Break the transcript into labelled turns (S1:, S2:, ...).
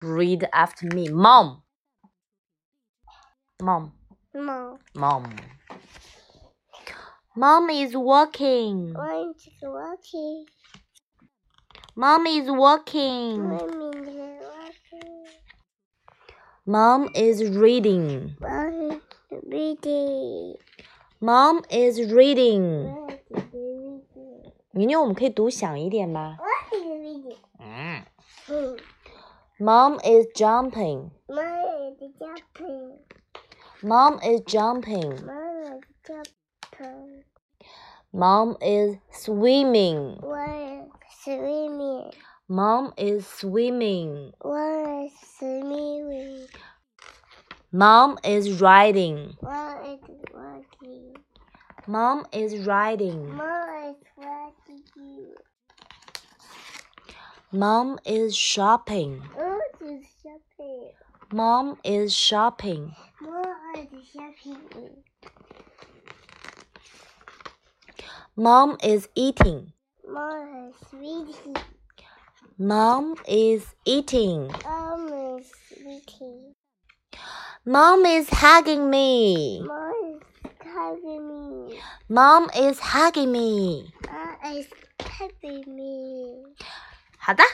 S1: Read after me. Mom. Mom.
S2: Mom,
S1: Mom. Mom is walking.
S2: one is walking.
S1: Mom is walking.
S2: One is walking.
S1: Mom is reading.
S2: One is reading.
S1: Mom is reading.
S2: One is reading.
S1: 宁宁，我们可以读响一点吗？
S2: One is reading.
S1: 嗯。
S2: Hmm.
S1: Mom is jumping.
S2: Mom is jumping.
S1: Mom is jumping.
S2: Mom is jumping.
S1: Mom is swimming.
S2: One is swimming.
S1: Mom is swimming.
S2: One is swimming.
S1: Mom is riding.
S2: One is walking.
S1: Mom is riding.
S2: Mom is walking.
S1: Mom is shopping.
S2: Mom is jumping.
S1: Mom is shopping.
S2: Mom is jumping.
S1: Mom is eating.
S2: Mom is reading.
S1: Mom is eating.
S2: Mom is reading.
S1: Mom is hugging me.
S2: Mom is hugging me.
S1: Mom is hugging me.
S2: Mom is hugging me.
S1: 好的。